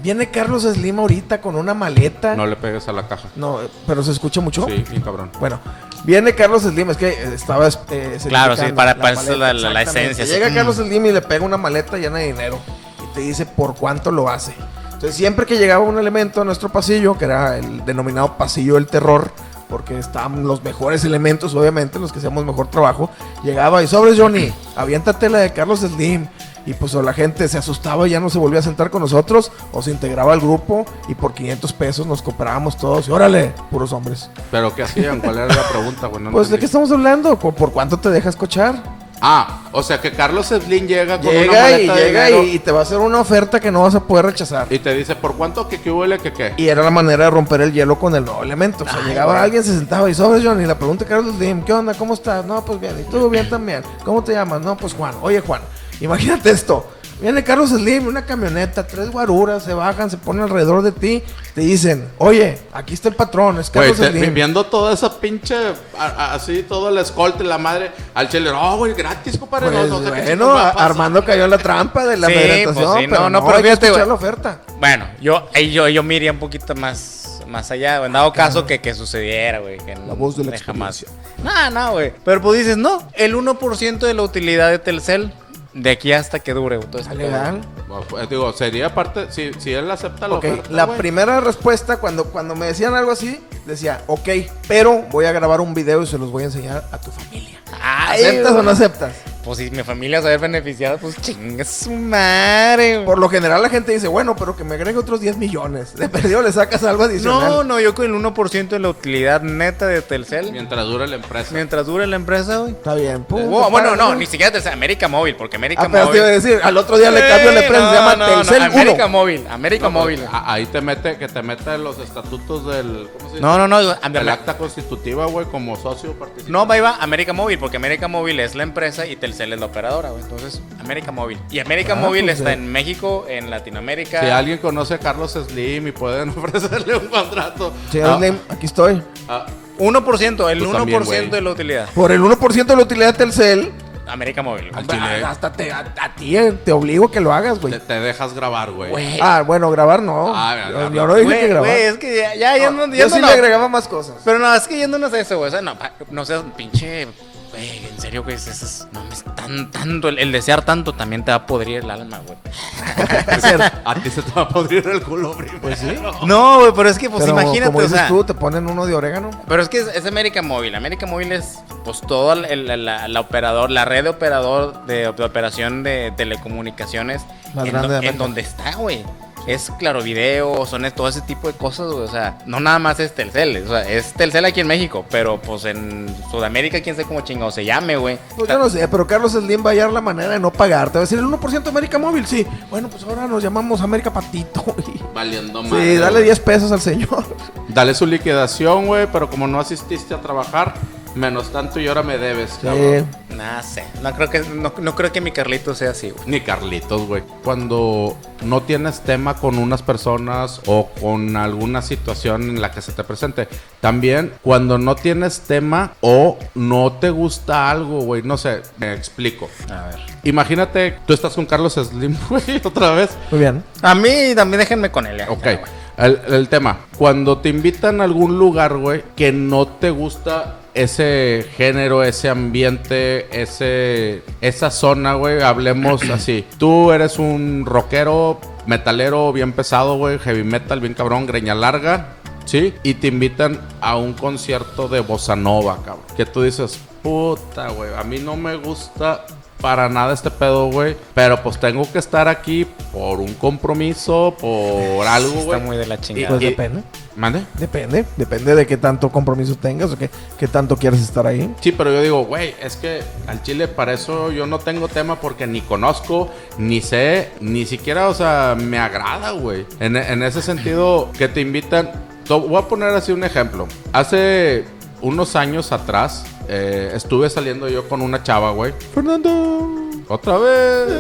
Viene Carlos Slim ahorita con una maleta.
No
No,
le pegues a la caja.
eh, pero se escucha mucho.
Sí, bien cabrón.
Bueno, viene Carlos Slim, es que eh, estaba... eh,
Claro, sí,
significando
para- para eso
maleta,
la- la- la
exactamente.
esencia, sí.
Llega
Mm.
Carlos Slim y le pega una maleta llena de dinero y te dice por cuánto lo hace. Entonces, siempre que llegaba un elemento a nuestro pasillo, que era el denominado pasillo del terror, porque estaban los mejores elementos, obviamente, los que hacíamos mejor trabajo, llegaba y sobre Johnny, aviéntate la de Carlos Slim. Y pues o la gente se asustaba y ya no se volvía a sentar con nosotros, o se integraba al grupo y por 500 pesos nos comprábamos todos y órale, puros hombres.
Pero ¿qué hacían? ¿Cuál era la pregunta, güey? No
Pues de
entendí.
qué estamos hablando, ¿Cu- ¿por cuánto te dejas cochar?
Ah, o sea que Carlos Slim llega con una
Llega y
maleta de
llega
dinero
y, y te va a hacer una oferta que no vas a poder rechazar.
y te dice, ¿por cuánto que qué huele que qué?
Y era la manera de romper el hielo con el nuevo elemento. O sea,
Ay,
llegaba
güey.
alguien, se sentaba y sobre John y la pregunta a Carlos Lim, ¿qué onda? ¿Cómo estás? No, pues bien. ¿Y tú bien también? ¿Cómo te llamas? No, pues Juan. Oye, Juan, imagínate esto. Viene Carlos Slim, una camioneta, tres guaruras, se bajan, se ponen alrededor de ti, te dicen, oye, aquí está el patrón, es
Güey,
Carlos
te- vi-
Slim.
viendo toda esa pinche, a- a- así, todo el escolte, la madre, al chile, oh, güey, gratis, compadre. no,
Pues,
no sé qué
bueno,
chingos va a
a-
pasar".
Armando cayó en la trampa de la
Sí,
amedrentación,
pues sí,
pero no, no, pero
fíjate, güey.
la oferta.
Bueno, yo, ahí yo, yo me iría un poquito más, más allá, güey. En dado caso que, que sucediera, güey. Que
La voz de la
jamás. No, no, güey. Pero pues dices, no, el 1% de la utilidad de Telcel de aquí hasta que dure, güey. todo este
Está
pedo.
legal.
Bueno, pues, digo, sería parte, si, si él acepta la
Ok,
oferta,
la
güey.
primera respuesta cuando, cuando me decían algo así, decía, ok, pero voy a grabar un video y se los voy a enseñar a tu familia.
Ah,
¿Aceptas o no aceptas?
Pues si mi familia se va a ver beneficiada, pues chinga su madre, güey.
Por lo general la gente dice, bueno, pero que me agregue otros 10 millones. De perdido le sacas algo adicional.
No, no, yo con el 1% de la utilidad neta de Telcel.
Mientras dura la empresa.
Mientras dure la empresa, güey.
Está bien. pum,
Wow,
te
bueno,
paras,
no, ni siquiera Telcel, América Móvil, porque América
Ah, pero te
Móvil.
iba a decir, al otro día le cambio la
Sí,
empresa,
no,
se llama
no, no,
Telcel ah, 1.
América Móvil, América
No, pues,
Móvil.
a- ahí te mete, que te mete los estatutos del, ¿cómo se dice?
No, no, no, a-
Del
la-
acta constitutiva, güey, como socio participante.
no, va, va, América Móvil, porque América Móvil es la empresa y Telcel es la operadora, güey. Entonces, América Móvil. Y América
Ah,
Móvil
pues,
está
eh.
en México, en Latinoamérica.
Si alguien conoce a Carlos Slim y pueden ofrecerle un contrato.
Señor
Ah,
Slim, aquí estoy.
ah,
1%, el
Pues
1%
también, güey.
de la utilidad.
Por el 1% de la utilidad de Telcel,
América Móvil. güey.
Al chile.
a- hasta te, a, a ti eh, te obligo que lo hagas,
te,
güey.
te dejas grabar, güey.
Güey,
Ah, bueno, grabar no.
Ah,
yo,
grabar.
yo no dije
güey,
que grabar.
güey, es que ya, ya, ya no, ya
yo
no
sí
la-
le agregaba más cosas.
Pero no, es que yéndonos a eso, güey. O sea, no, pa- no seas un pinche. Güey, en serio, güey, es, es- no me tan, tanto. El, el desear tanto también te va a podrir el alma, güey.
A ti se te va a podrir el culo, primo.
Pues sí.
No, güey, pero es que, pues
Pero
imagínate,
como
o
dices
sea.
tú, te ponen uno de orégano.
Pero es que es, es América Móvil. América Móvil es, pues, toda el- el- la, la operador, la red de operador de, de operación de telecomunicaciones.
Más grande
en,
de
do-
América.
en donde está, güey. Es claro, video, son es- todo ese tipo de cosas, güey. O sea, no nada más es Telcel. O sea, es Telcel aquí en México, pero pues en Sudamérica, quién sabe cómo chingado se llame, güey.
Pues yo no sé, pero Carlos Slim va a hallar la manera de no pagar. Te va a decir el 1% América Móvil, sí. Bueno, pues ahora nos llamamos América Patito. güey.
Valiendo más.
Sí, dale 10 pesos al señor.
Dale su liquidación, güey, pero como no asististe a trabajar, menos tanto y ahora me debes, cabrón.
No sé. No creo que, no, no creo que mi Carlito sea así, güey.
Ni Carlitos, güey. Cuando no tienes tema con unas personas o con alguna situación en la que se te presente. También cuando no tienes tema o no te gusta algo, güey. No sé, me explico.
A ver.
Imagínate, tú estás con Carlos Slim, güey, otra vez.
Muy bien.
A mí también déjenme con él. ya,
Ok.
ya, güey.
El, el tema, cuando te invitan a algún lugar, güey, que no te gusta ese género, ese ambiente, ese esa zona, güey, hablemos así. Tú eres un rockero, metalero bien pesado, güey, heavy metal bien cabrón, greña larga, ¿sí? Y te invitan a un concierto de bossa nova, cabrón. Que tú dices, "Puta, güey, a mí no me gusta para nada este pedo, güey. Pero pues tengo que estar aquí por un compromiso, por algo,
Está
güey.
muy de la chingada.
Pues
y-
depende.
¿Mande?
Depende. Depende de qué tanto compromiso tengas o qué, qué tanto quieres estar ahí.
Sí, pero yo digo, güey, es que al chile para eso yo no tengo tema porque ni conozco, ni sé, ni siquiera, o sea, me agrada, güey. En, en ese sentido, que te invitan. to- Voy a poner así un ejemplo. Hace unos años atrás eh, estuve saliendo yo con una chava, güey.
Fernando.
Otra vez.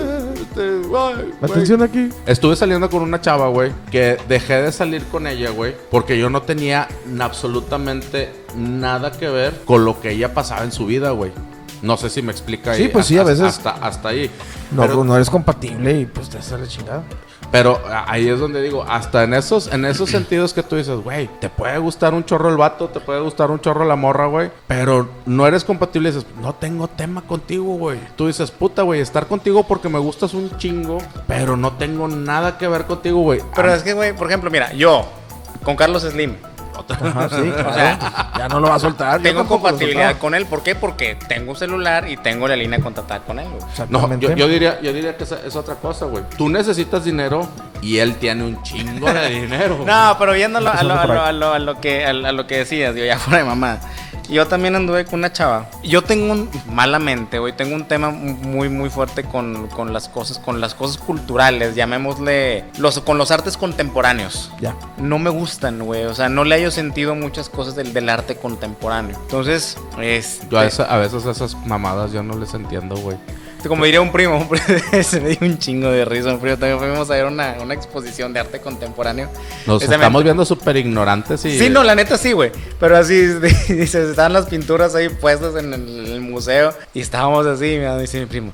este, ay,
La
güey.
atención aquí.
Estuve saliendo con una chava, güey, que dejé de salir con ella, güey, porque yo no tenía n- absolutamente nada que ver con lo que ella pasaba en su vida, güey. No sé si me explica ahí.
Sí, pues sí, a
hasta-
veces.
Hasta, hasta ahí.
No,
pero,
pues no eres compatible y pues te hace la chingada.
pero a- ahí es donde digo, hasta en esos, en esos sentidos que tú dices, güey, te puede gustar un chorro el vato, te puede gustar un chorro la morra, güey, pero no eres compatible y dices, no tengo tema contigo, güey. Tú dices, puta, güey, estar contigo porque me gustas un chingo, pero no tengo nada que ver contigo, güey.
Pero
A-
es que, güey, por ejemplo, mira, yo, con Carlos Slim,
Ajá, sí, claro. Ya no lo va a soltar. yo
tengo
tampoco lo
compatibilidad
soltaba.
con él. ¿Por qué? Porque tengo un celular y tengo la línea contratada con él, güey.
No,
Exactamente.
yo, yo diría, yo diría que esa es otra cosa, güey. Tú necesitas dinero y él tiene un chingo de dinero. güey.
No, pero viendo a lo, a lo- a
Empezando por
lo-
ahí.
a lo- a lo que, a, lo- a lo que decías, digo, ya fuera de mamá. Yo también anduve con una chava. Yo tengo un, malamente, güey, tengo un tema muy, muy fuerte con, con las cosas, con las cosas culturales, llamémosle, los, con los artes contemporáneos
Ya.
no me gustan, güey. O sea, no le hallo sentido muchas cosas del, del arte contemporáneo. Entonces, este,
Yo a, esa- a veces esas mamadas yo no les entiendo, güey.
como diría un primo, un primo- se me dio un chingo de risa. Un primo también fuimos a ver una, una exposición de arte contemporáneo.
Nos
Esa me-
estamos viendo súper ignorantes y...
Sí, no, la neta sí, güey. Pero así, dices, estaban las pinturas ahí puestas en el, el museo y estábamos así, y me dice mi primo.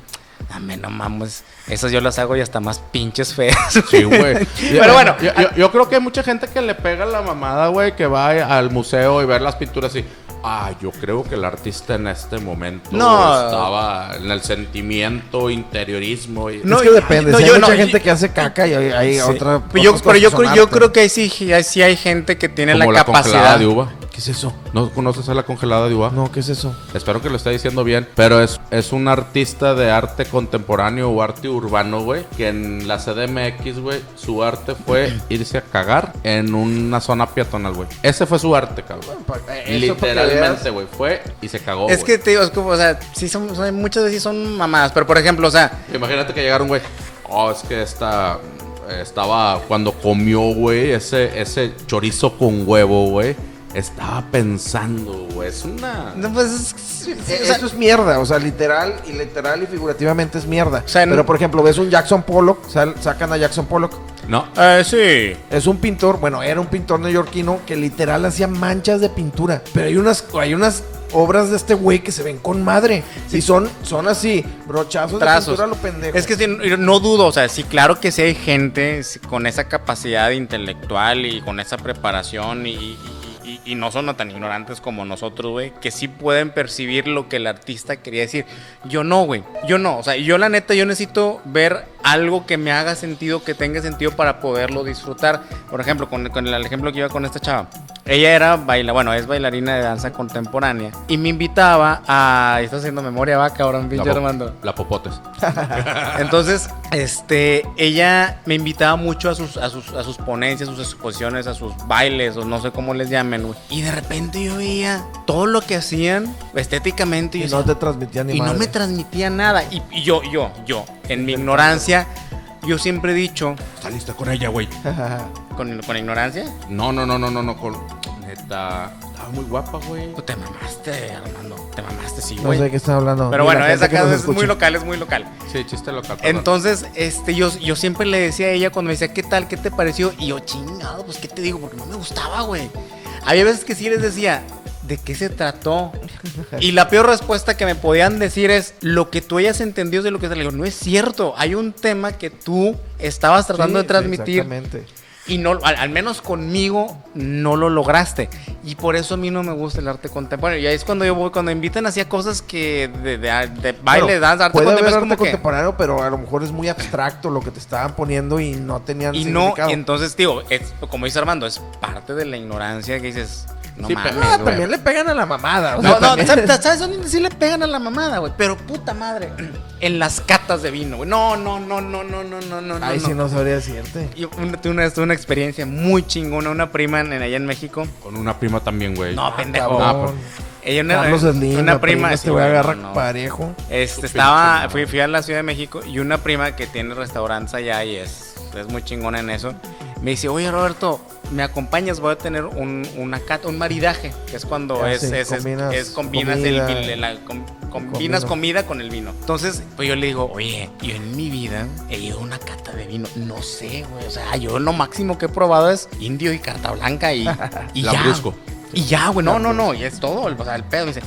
Dame, no mames, esas yo las hago y hasta más pinches feas.
Sí, güey.
Pero bueno, ah.
Yo, yo- yo creo que hay mucha gente que le pega la mamada, güey, que va al museo y ver las pinturas y... Ah, yo creo que el artista en este momento
No.
estaba en el sentimiento, interiorismo y...
No,
es
yo-
que depende.
no,
si hay
yo
mucha
no,
gente
yo-
que hace caca y hay, hay
Sí.
otra.
Pero yo,
otras
pero
cosas
yo,
que
creo,
son
yo
arte.
creo que ahí sí, ahí sí hay gente que tiene
como
la,
la congelada
capacidad.
de uva.
¿Qué es eso?
¿No conoces a la congelada de uva?
No, ¿qué es eso?
Espero que lo esté diciendo bien, pero es, es un artista de arte contemporáneo o arte urbano, güey, que en la CDMX, güey, su arte fue irse a cagar en una zona peatonal, güey. Ese fue su arte, cabrón.
Pues, eh,
Literalmente, güey, fue y se cagó.
es que te digo, es como, o sea, sí son, son- muchas veces sí son mamadas, pero por ejemplo, o sea,
Imagínate que llegaron, güey. Oh, es que esta. Estaba. Cuando comió, güey. Ese, ese chorizo con huevo, güey. Estaba pensando, güey. Es una.
no, pues, es-
Eh,
o sea,
Eso es mierda, o sea, literal y literal y figurativamente es mierda.
O sea, en-
Pero por ejemplo, ves un Jackson Pollock, sal- sacan a Jackson Pollock.
No.
eh, sí.
Es un pintor, bueno, era un pintor neoyorquino que literal hacía manchas de pintura. Pero hay unas, hay unas obras de este güey que se ven con madre. Y son, son así, brochazos de
Trazos.
pintura a lo pendejo.
Es que sí, no, no dudo, o sea, sí, claro que sí hay gente sí, con esa capacidad intelectual y con esa preparación y, y- y- y no son tan ignorantes como nosotros, güey, que sí pueden percibir lo que el artista quería decir. Yo no, güey, yo no, o sea, yo la neta, yo necesito ver algo que me haga sentido, que tenga sentido para poderlo disfrutar. Por ejemplo, con, con el ejemplo que iba con esta chava. Ella era baila, bueno, es bailarina de danza contemporánea y me invitaba a. Está haciendo memoria vaca ahora, un pinche
po-
Armando.
la popotes.
Entonces, este, ella me invitaba mucho a sus, a sus, a sus ponencias, a sus exposiciones, a sus bailes, o no sé cómo les llamen, güey. Y de repente yo veía todo lo que hacían estéticamente.
y
yo
no
decía,
te transmitían ni
y
madre.
no me transmitía nada. Y, y yo, yo, yo, en mi ignorancia, yo siempre he dicho,
Saliste con ella, güey.
con, con ignorancia,
No, no, no, no, no, no, con. Neta. Estaba muy guapa, güey.
pues te mamaste, Armando, te mamaste, sí,
no
güey.
sé de qué están hablando.
Pero
Ni la
bueno,
gente
esa
que nos
casa es muy
escucha.
local, es muy local.
Sí, chiste local. perdón.
Entonces, este, yo, yo siempre le decía a ella cuando me decía, ¿qué tal? ¿Qué te pareció? Y yo, chingado, pues, ¿qué te digo? Porque no me gustaba, güey. Había veces que sí les decía, ¿de qué se trató? Y la peor respuesta que me podían decir es, lo que tú hayas entendido es de lo que te le digo. No es cierto, hay un tema que tú estabas
Sí,
tratando de
sí,
transmitir
exactamente.
y no, al, al menos conmigo no lo lograste. Y por eso a mí no me gusta el arte contemporáneo. Y ahí es cuando yo voy, cuando invitan así a cosas que de, de- de baile,
Bueno,
danza, arte
Puede haber
contemporáneo. es
arte
como que-
contemporáneo, pero a lo mejor es muy abstracto lo que te estaban poniendo y no tenían
Y no,
significado. Ah,
entonces, digo, es- como dice Armando, es parte de la ignorancia que dices, no
Sí,
mames,
pero-
Ah,
güey.
también le pegan a la mamada. o sea,
No, no,
también-
¿sabes, sabes dónde sí le pegan a la mamada, güey? Pero puta madre, en las catas de vino, güey. No, no, no, no, no, no, no, no,
Ay,
no.
si no sabría decirte.
Yo una- tuve una, tuve una experiencia muy chingona, una prima en, en- allá en México.
Con una prima también, güey.
No, pendejo.
cabrón.
Ella una,
Carlos Slim,
una
la
prima, sí,
te voy a
güey,
agarrar
no, no.
parejo.
Este,
Tu
estaba,
pinche
fui, fui a la Ciudad de México y una prima que tiene restaurantes allá y es, es muy chingona en eso. me dice, oye Roberto, ¿me acompañas? Voy a tener un, una cat- un maridaje, que es cuando
Ah,
es,
sí,
es- es-
combinas
es- combinas, el
comida.
vin- la- com- combinas
Combino.
comida con el vino. Entonces, pues yo le digo, oye, yo en mi vida he ido a una cata de vino, no sé, güey, o sea, yo lo máximo que he probado es indio y carta blanca y, y ya.
Lambrusco.
Y ya, pues. güey, no, no, no, y es todo, o sea, el pedo, me dice...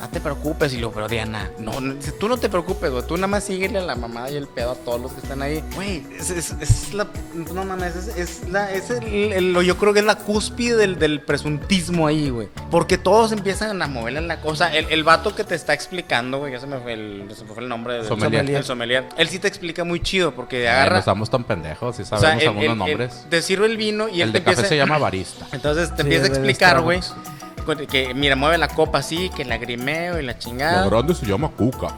No te preocupes, y lo, pero Diana, no, no, dice, tú no te preocupes, güey, tú nada más síguele a la mamada y el pedo a todos los que están ahí. Güey, es, es- es la, no mames, es, es la, es el, el- lo- yo creo que es la cúspide del, del presuntismo ahí, güey. Porque todos empiezan a moverle la cosa. El, el vato que te está explicando, güey, ya se me fue el, se me fue el nombre del
Sommelier.
El sommelier. Él sí te explica muy chido, porque
Ay, no
agarra,
estamos tan pendejos, si
o
sabemos
sea, el-
algunos
el- el-
nombres.
te sirve el vino y
El,
él te
de café
empieza-
se llama barista.
entonces
Sí,
te empieza a
el del
explicar, güey.
Starbucks.
con- Que mira, mueve la copa así, que lagrimeo y la chingada.
Lo grande se llama cuca.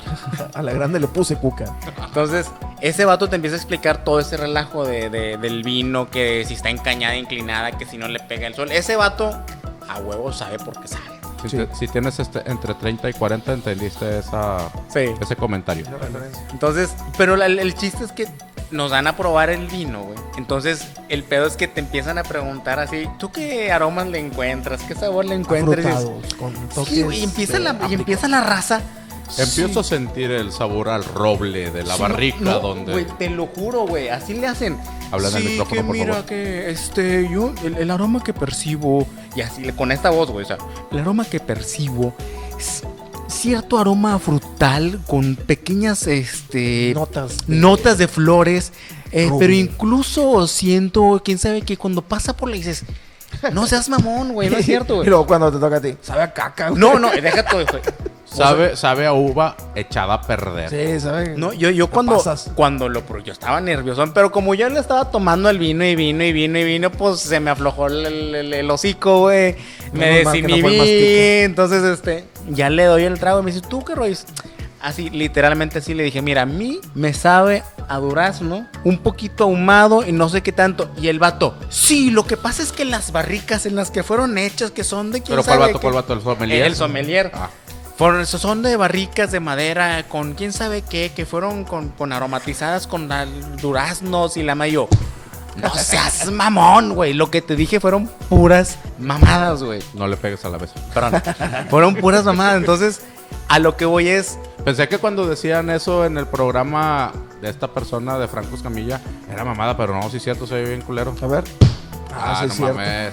A la grande le puse cuca.
Entonces, ese vato te empieza a explicar todo ese relajo de, de- del vino, que si está encañada, inclinada, que si no le pega el sol. Ese vato a huevo sabe porque sabe.
Si,
Sí.
te- si tienes este, entre 30 y 40, entendiste esa,
Sí.
ese comentario.
Entonces, pero la- el, chiste es que nos dan a probar el vino, güey. Entonces, el pedo es que te empiezan a preguntar así, ¿tú qué aromas le encuentras? ¿Qué sabor le encuentras? Y dices,
Afrutados, con toques
Sí, güey, y empieza,
de
la, y
ámbrico.
empieza la raza.
Empiezo a sentir el sabor al roble de la
Sí, no,
barrica
no,
donde...
Güey, te lo juro, güey. Así le hacen.
Habla en el
Sí,
micrófono,
que
por
mira
favor.
que este, yo, el, el aroma que percibo. Y así, le- con esta voz, güey. O sea, el aroma que percibo es cierto aroma frutal con pequeñas, este.
Notas.
Notas de flores, eh,
Rubio.
pero incluso siento, quién sabe, que cuando pasa por la dices, no seas mamón, güey, no es cierto,
Y
güey.
luego cuando te toca a ti, sabe a caca, güey.
No, no, deja todo, güey.
Sabe, sabe a uva echada a perder.
Sí, sabe.
No, yo, yo cuando,
pasas.
cuando lo pro- yo estaba nervioso, pero como yo le estaba tomando el vino y vino y vino y vino, pues se me aflojó el, el- el- el hocico, güey.
No,
Me
no, mal que no fue el
desinhibí.
mastique.
entonces, este, ya le doy el trago y me dice, ¿tú qué rollo? Así, literalmente así le dije, mira, a mí me sabe a durazno, un poquito ahumado y no sé qué tanto. Y el vato, sí, lo que pasa es que las barricas en las que fueron hechas, que son de quién
Pero ¿cuál
sabe
vato?
qué-
¿Cuál vato? ¿El sommelier?
El sommelier.
Ah,
fueron, esos son de barricas de madera con quién sabe qué, que fueron con, con aromatizadas con al- duraznos y la mayo. No seas mamón, güey. Lo que te dije fueron puras mamadas, güey.
no le pegues a la mesa.
Perdón. Fueron puras mamadas. Entonces, a lo que voy es.
Pensé que cuando decían eso en el programa de esta persona de Franco Escamilla, era mamada, pero no, sí es cierto, se ve bien culero.
A ver.
Ah,
Ah, sí,
no
es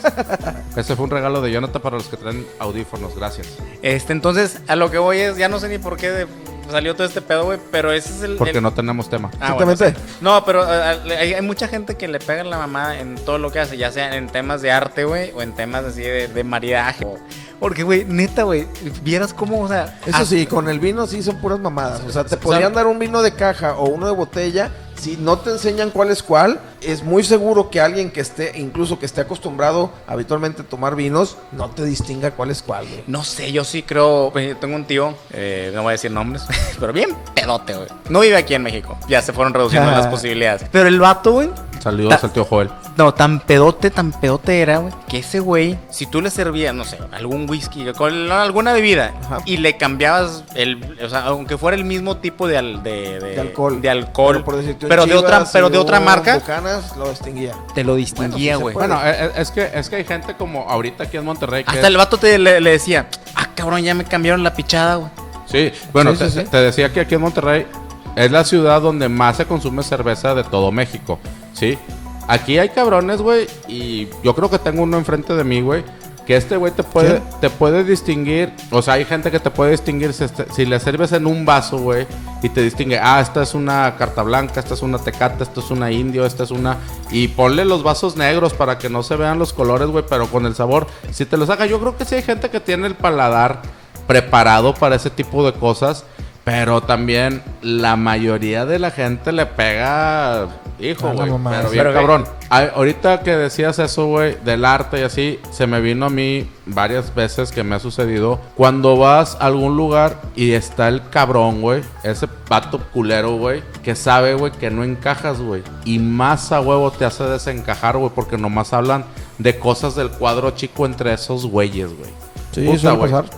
cierto.
mames. Ese fue un regalo de Jonathan para los que traen audífonos, gracias.
Este, entonces, a lo que voy es. Ya no sé ni por qué de- salió todo este pedo, güey. Pero ese es el.
Porque
el-
no tenemos tema.
Ah, bueno,
Exactamente.
sí. No, pero eh, eh, hay, hay mucha gente que le pega la mamada en todo lo que hace, ya sea en temas de arte, güey, o en temas así de, de maridaje. o- Porque, güey, neta, güey, vieras cómo, o sea.
Eso
ah,
sí, con el vino sí son puras mamadas. O sea, te podrían dar un vino de caja o uno de botella. Si no te enseñan cuál es cuál, es muy seguro que alguien que esté, incluso que esté acostumbrado habitualmente a tomar vinos, no te distinga cuál es cuál, güey.
No sé, yo sí creo. pues, yo tengo un tío, eh, no voy a decir nombres, pero bien pedote, güey. No vive aquí en México. Ya se fueron reduciendo las posibilidades. Pero el vato, güey,
Saludos al tío Joel.
No, tan pedote, tan pedote era, güey. Que ese güey, si tú le servías, no sé, algún whisky, con alguna bebida,
Ajá.
y le cambiabas el, o sea, aunque fuera el mismo tipo de, al- de,
De alcohol.
Eh, de alcohol, pero,
por decirte un
de
Chivas
otra,
y
pero de otra
un
marca,
Bucanas lo distinguía.
te lo
Bueno, sí
distinguía,
se
güey.
puede.
Bueno, eh, eh, es que, es que hay gente como ahorita aquí en Monterrey que...
Hasta el vato te, le, le decía, ah, cabrón, ya me cambiaron la pichada, güey.
Sí, bueno,
Sí, sí,
te,
sí.
te decía que aquí en Monterrey es la ciudad donde más se consume cerveza de todo México, ¿sí? Aquí hay cabrones, güey, y yo creo que tengo uno enfrente de mí, güey, que este güey te puede,
¿Quién?
te puede distinguir, o sea, hay gente que te puede distinguir si, este- si le sirves en un vaso, güey, y te distingue, ah, esta es una carta blanca, esta es una tecata, esta es una indio, esta es una... Y ponle los vasos negros para que no se vean los colores, güey, pero con el sabor, si te lo saca, yo creo que sí hay gente que tiene el paladar preparado para ese tipo de cosas, pero también la mayoría de la gente le pega, hijo,
A la
güey,
mamá,
pero
sí.
bien
Pero,
cabrón. Ay, ahorita que decías eso, güey, del arte y así, se me vino a mí varias veces que me ha sucedido cuando vas a algún lugar y está el cabrón, güey, ese pato culero, güey, que sabe, güey, que no encajas, güey, y más a huevo te hace desencajar, güey, porque nomás hablan de cosas del cuadro chico entre esos güeyes, güey.
Sí,
Puta,
suele
güey.
pasar.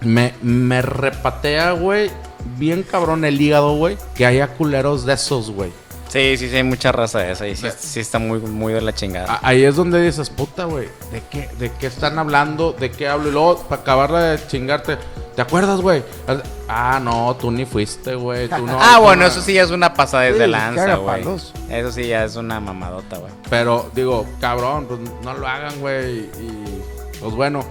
Me, me repatea, güey, bien cabrón el hígado, güey, que haya culeros de esos, güey.
Sí, sí, sí, hay mucha raza de esa. Y sí, sí está muy, muy de la chingada.
Ah,
A- Ahí es donde dices, puta, güey, ¿de qué, ¿de qué están hablando? ¿De qué hablo? Y luego, para acabarla de chingarte, ¿te acuerdas, güey? Ah, no, tú ni fuiste, güey. tú no,
ah,
tú
bueno,
no.
eso sí ya es una pasada
Sí,
desde lanza,
caga
güey.
palos.
Eso sí ya es una mamadota, güey.
Pero digo, cabrón, pues no lo hagan, güey. Y pues bueno,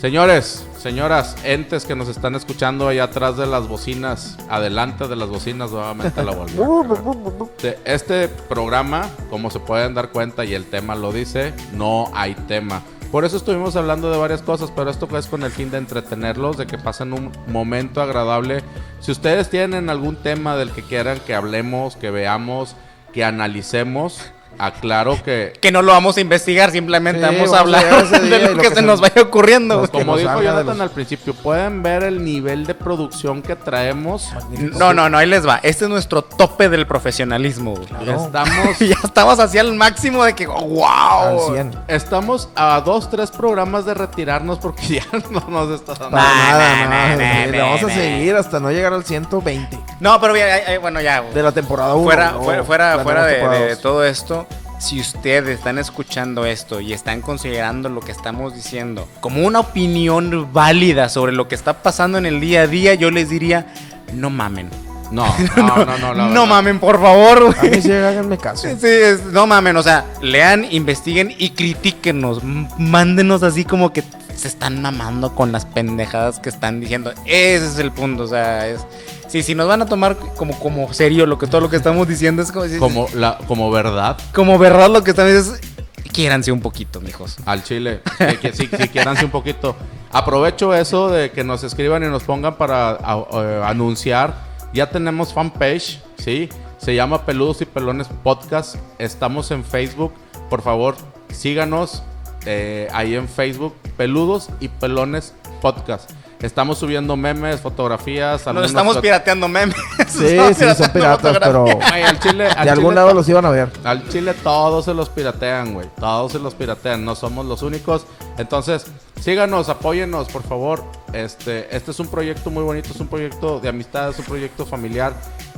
señores, señoras, entes que nos están escuchando allá atrás de las bocinas, adelante de las bocinas, nuevamente la volví. a cagar. Este- Este programa, como se pueden dar cuenta y el tema lo dice, no hay tema. Por eso estuvimos hablando de varias cosas, pero esto es con el fin de entretenerlos, de que pasen un momento agradable. Si ustedes tienen algún tema del que quieran que hablemos, que veamos, que analicemos, aclaro que,
Que no lo vamos a investigar, simplemente
Sí,
vamos
vamos
a
a
hablar
llegar a ese día
de
y
lo que se nos vaya ocurriendo.
pues,
Nos
güey.
como
nos
dijo
salga de
Jonathan
los-
al principio, pueden ver el nivel de producción que traemos.
No, no, no, ahí les va. Este es nuestro tope del profesionalismo. güey.
Estamos
ya estamos hacia el máximo de que,
Al
wow.
100.
Estamos a dos, tres programas de retirarnos porque ya no nos está dando.
Para
Nah,
nada,
nah,
nada,
nah,
sí,
nah,
le
nah,
vamos a
nah.
seguir hasta no llegar al 120
No, pero bien, eh, eh, bueno, ya. güey.
de la temporada 1.
fuera, fuera, fuera, fuera de, de- de todo esto, si ustedes están escuchando esto y están considerando lo que estamos diciendo como una opinión válida sobre lo que está pasando en el día a día, yo les diría, no mamen.
No, no, no, no. la
no
verdad. Ah.
mamen, por favor.
A mí
güey.
sí, háganme caso.
Sí, es- no mamen, o sea, lean, investiguen y critíquenos. M- Mándenos así como que se están mamando con las pendejadas que están diciendo. Ese es el punto, o sea, es... Sí, si nos van a tomar como, como serio lo que todo lo que estamos diciendo es como...
Como, la, como verdad
como verdad lo que están diciendo es quiéranse un poquito, mijos.
al chile. Que, que si, si quieran sí, un poquito. Aprovecho eso de que nos escriban y nos pongan para a- eh, anunciar. Ya tenemos fanpage, ¿sí? Se llama Peludos y Pelones Podcast. Estamos en Facebook. Por favor, síganos eh, ahí en Facebook. Peludos y Pelones Podcast. Estamos subiendo memes, fotografías.
Nos
algunos
estamos
plat-
pirateando memes.
Sí,
Estamos
sí, son
pirateando
piratas, pero
fotografías.
de
Güey, al chile- al
algún
chile
lado los iban a ver.
al Chile todos se los piratean, güey. Todos se los piratean. No somos los únicos. Entonces, síganos, apóyennos, por favor. Este, este es un proyecto muy bonito, es un proyecto de amistad, es un proyecto familiar.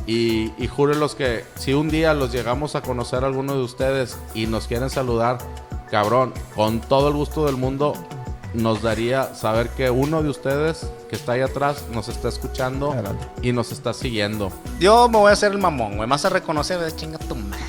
Y, y júrelos que si un día los llegamos a conocer a alguno de ustedes y nos quieren saludar, cabrón, con todo el gusto del mundo, nos daría saber que uno de ustedes que está ahí atrás nos está escuchando
Adelante.
y nos está siguiendo.
Yo me voy a hacer el mamón, güey. Más a reconocer, de chinga tu madre.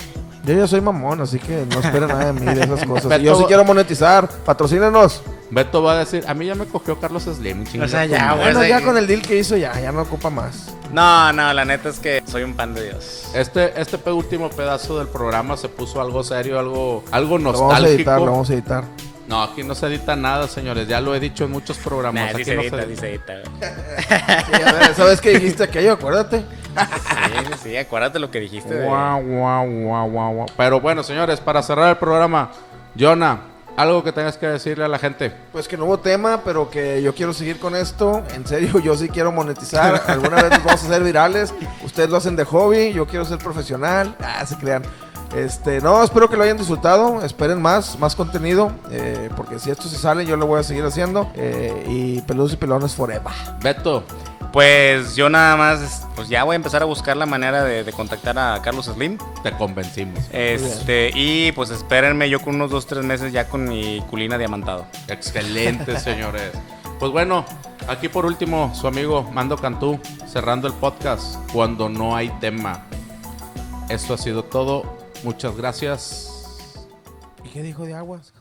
Yo ya soy mamón, así que no esperen nada de mí de esas cosas.
Beto-
Y yo sí quiero monetizar, patrocínenos.
Beto va a decir, a mí ya me cogió Carlos Slim. chinga
O sea,
tu
ya,
madre".
güey.
Bueno,
ese-
ya con el deal que hizo ya, ya no ocupa más.
No, no, la neta es que soy un pan de Dios.
Este, este pe- último pedazo del programa se puso algo serio, algo, algo
Lo vamos a
nostálgico.
editar, lo vamos a editar.
No, aquí no se edita nada, señores. Ya lo he dicho en muchos programas.
Nah,
aquí
sí se
no
edita,
se-
sí se edita, güey.
Sí, a ver, ¿Sabes qué dijiste aquello? Acuérdate.
Sí, sí, sí, acuérdate lo que dijiste. de-
Guau, guau, guau, guau, guau. Pero bueno, señores, para cerrar el programa, Jonah, algo que tengas que decirle a la gente.
Pues que no hubo tema, pero que yo quiero seguir con esto. En serio, yo sí quiero monetizar. Alguna vez nos vamos a hacer virales. Ustedes lo hacen de hobby, yo quiero ser profesional. Ah, se crean. Este, no, espero que lo hayan disfrutado. Esperen más, más contenido. eh, porque si esto se sale, yo lo voy a seguir haciendo. eh, y peludos y pelones forever.
Beto,
Pues yo nada más, pues ya voy a empezar a buscar la manera de, de contactar a Carlos Slim.
te convencimos.
Este, y pues espérenme yo con unos dos, tres meses ya con mi culina diamantado.
Excelente, señores. Pues bueno, aquí por último, su amigo Mando Cantú, cerrando el podcast cuando no hay tema. Esto ha sido todo. Muchas gracias.
¿Y qué dijo de aguas?